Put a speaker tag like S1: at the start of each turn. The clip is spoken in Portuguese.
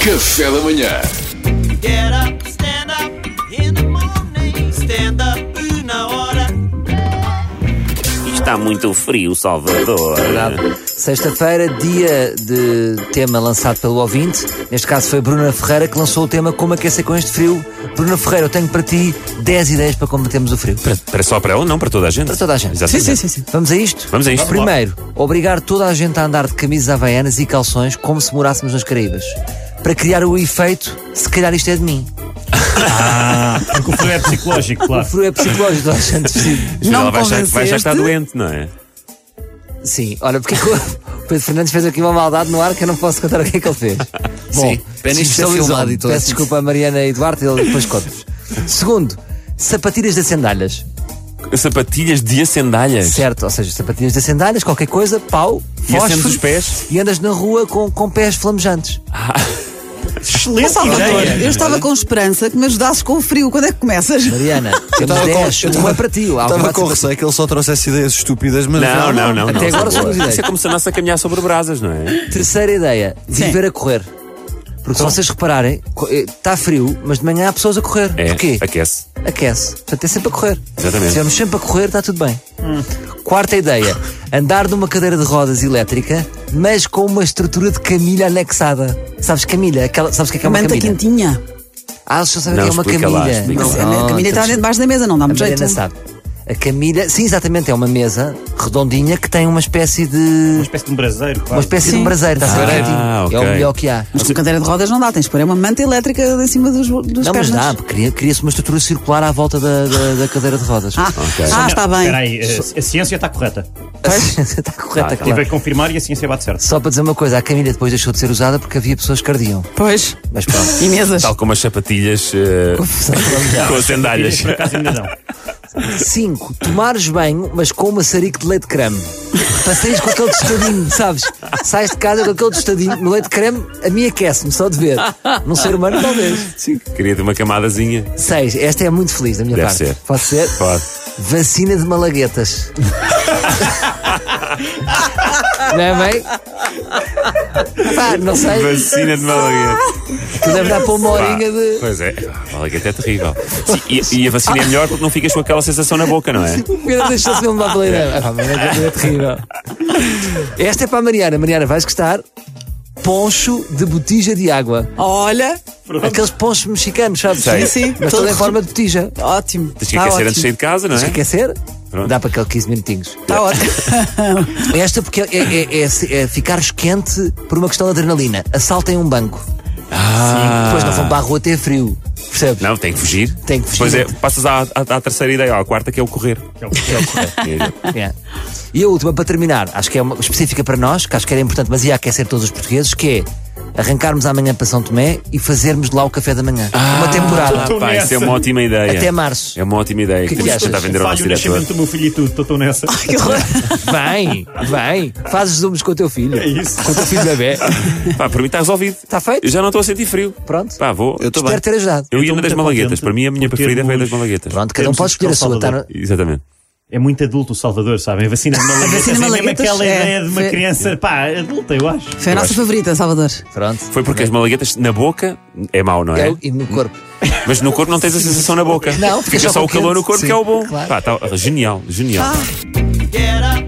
S1: Café da Manhã
S2: Get up, stand up in the morning. Stand up na hora.
S3: Está muito frio, Salvador.
S4: Sexta-feira, dia de tema lançado pelo ouvinte. Neste caso foi Bruna Ferreira que lançou o tema Como aquecer com este frio. Bruna Ferreira, eu tenho para ti 10 ideias para combatermos o frio.
S3: Para, para só para ela, não para toda a gente.
S4: Para toda a gente.
S3: Exatamente.
S4: Vamos a isto?
S3: Vamos a isto.
S4: Primeiro, obrigar toda a gente a andar de camisas havaianas e calções como se morássemos nas Caraíbas. Para criar o efeito, se calhar isto é de mim.
S5: Porque o frio é psicológico,
S4: O
S5: claro.
S4: frio é psicológico, toda a gente vestido.
S3: Afinal,
S6: Não
S3: vai achar, vai achar que está
S6: convenceste.
S3: doente, não é?
S4: Sim, olha, porque é que o o Pedro Fernandes fez aqui uma maldade no ar que eu não posso contar o que é que ele
S7: é
S4: fez. Bom,
S6: pena isto ser
S4: sensacionalismo.
S6: filmado e tudo.
S4: peço desculpa a Mariana e Eduardo, ele depois conta-vos. Segundo, sapatilhas de sandálias.
S3: Sapatilhas de acendalhas.
S4: Certo, ou seja, sapatilhas de sandálias, qualquer coisa, pau,
S3: E acende
S4: fósforo,
S3: os pés?
S4: E andas na rua com, com pés flamejantes.
S5: Excelente
S6: Salvador,
S5: ideia.
S6: eu estava com esperança que me ajudasses com o frio. Quando é que começas?
S4: Mariana, temos
S7: tava com-
S4: 10,
S7: eu
S4: uma é para ti. há
S7: Estava
S4: alguma
S7: com
S4: sapatilha-
S7: receio que ele só trouxesse ideias estúpidas, mas
S3: Não, não, não.
S4: Até
S3: não,
S4: agora
S3: Salvador.
S4: somos
S3: Isso é
S4: ideias.
S3: como se a nossa caminhar sobre brasas, não é?
S4: Terceira ideia, viver a correr. Porque se
S7: Então.
S4: vocês repararem, co- eh, está frio, mas de manhã há pessoas a correr.
S3: É.
S4: Porquê?
S3: Aquece.
S4: aquece. Portanto, é sempre a correr.
S3: Exatamente. Hum.
S4: Se estivermos sempre a correr, está tudo bem. Quarta ideia: andar numa cadeira de rodas elétrica, mas com uma estrutura de camilha anexada. Sabes camilha? Aquela, sabes o que é, que é uma
S6: Manta
S4: camilha?
S6: quentinha.
S4: Ah, eles só sabem o
S3: Não,
S4: que é uma
S3: explica
S4: camilha.
S3: lá, explica
S6: Mas
S3: lá.
S6: a minha
S4: Pronto.
S6: caminha está debaixo da mesa, não dá
S4: A
S6: muito jeito.
S4: Mariana sabe. um A camilha, sim, exatamente, é uma mesa redondinha que tem uma espécie de.
S5: Uma espécie de um braseiro,
S4: Uma
S5: quase.
S4: espécie de um
S6: Sim.
S4: braseiro, está sempre
S3: Ah,
S4: quentinho.
S3: ok.
S4: É o melhor que há.
S6: Mas com cadeira de rodas não dá, tens de pôr é uma manta elétrica em cima dos, dos
S4: Não,
S6: pernas.
S4: mas dá, cria- cria-se uma estrutura circular à volta da, da- da cadeira de rodas. Assim,
S6: Ah, ah, está bem.
S5: Espera aí, a, a ciência está correta.
S4: está correto,
S3: Ah,
S4: claro.
S5: Tive a confirmar e a ciência bate certo.
S4: Só para dizer uma coisa, a camilha depois deixou de ser usada porque havia pessoas que ardiam.
S6: Pois.
S4: Mas pronto.
S6: E mesas.
S3: Tal como as sapatilhas eh, com acendalhas.
S5: Por acaso ainda não.
S4: 5. Tomares banho, mas com um maçarico de leite creme. Passeias com aquele tostadinho, sabes? Sais de casa com aquele tostadinho, no leite creme, a mim aquece-me, só de ver. Num ser humano, talvez.
S3: Queria ter uma camadazinha.
S4: 6. Esta é muito feliz da minha
S3: Deve
S4: parte.
S3: ser.
S4: Pode ser?
S3: Pode.
S4: Vacina de malaguetas. não é bem? Pá, não sei.
S3: Vacina de malagueta.
S4: Tu deve dar para uma
S3: Pá,
S4: horinha de.
S3: Pois é. A malagueta é terrível. Sim, e, e a vacina é melhor porque não ficas com aquela sensação na boca, não é?
S4: Mariana deixou-se mesmo levar pela ideia. Ah, pá, Mariana, que ideia terrível. Esta é para a Mariana. Mariana, vais gostar. Poncho de botija de água.
S6: Olha,
S4: Aqueles ponchos mexicanos, sabes?
S3: Sei. Sim,
S6: sim.
S4: Mas
S6: Todo
S4: toda em forma de botija.
S6: ótimo.
S3: Tens que
S6: Está
S3: aquecer
S6: Tá ótimo.
S3: antes de sair de casa, não
S4: Mas
S3: é?
S4: aquecer?
S3: Pronto.
S4: Dá para aquele 15 minutinhos.
S6: Está ótimo.
S4: Esta porque é, é, é- é ficares quente por uma questão de adrenalina. Assaltem um banco.
S3: Ah.
S4: Depois não vão para a rua ter frio. Percebes?
S3: Não, tem que fugir.
S4: Tem que fugir.
S3: Pois é, passas à, à- à terceira ideia, ó, à quarta, que é o correr.
S4: É. E a última, para terminar, acho que é uma específica para nós, que acho que era importante, mas ia aquecer todos os portugueses, que é arrancarmos amanhã para São Tomé e fazermos lá o café da manhã. uma temporada.
S3: Pá, isso é
S5: nessa.
S3: uma ótima ideia.
S4: Até março.
S3: É uma ótima ideia.
S4: que
S3: temos
S4: achas?
S3: tentar vender ao nosso
S5: Falho o
S3: diretor.
S5: nascimento do meu filho e tudo, estou nessa.
S6: Que horror.
S4: Vem, vem. Fazes zooms com o teu filho.
S5: É isso.
S4: Com o teu filho bebê.
S3: Pá, para mim está resolvido.
S4: Está feito?
S3: Eu já não estou a sentir frio.
S4: Pronto.
S3: Pá, vou.
S7: Eu tô
S4: Espero
S7: bem.
S4: ter ajudado.
S3: Eu
S5: Eu
S3: ia na
S5: tô muito
S3: das malaguetas.
S5: contente
S3: Para mim, a minha
S5: por
S3: preferida foi a das
S5: termos-
S3: malaguetas.
S4: Pronto, cada um
S5: Temos
S4: pode escolher a sua. Tá
S5: Salvador.
S4: no-
S3: Exatamente.
S5: É muito adulto o Salvador, sabem? A vacina de malaguetas
S6: A vacina
S5: é
S6: de
S5: mesmo
S6: malaguetas,
S5: aquela
S6: é.
S5: ideia de uma
S6: Foi-
S5: criança, pá, adulta, eu acho.
S6: Foi a
S3: Eu
S6: nossa
S3: acho.
S6: favorita, Salvador.
S4: Pronto.
S3: Foi porque as malaguetas na boca é mau, não é?
S4: Eu e no corpo.
S3: Mas no corpo não tens a sensação na boca.
S4: Não, fica
S3: fica
S4: só
S3: só o
S4: com
S3: calor
S4: quente.
S3: no corpo
S4: Sim,
S3: que é o bom.
S4: claro.
S3: Pá, tá- genial, genial.
S2: Get up,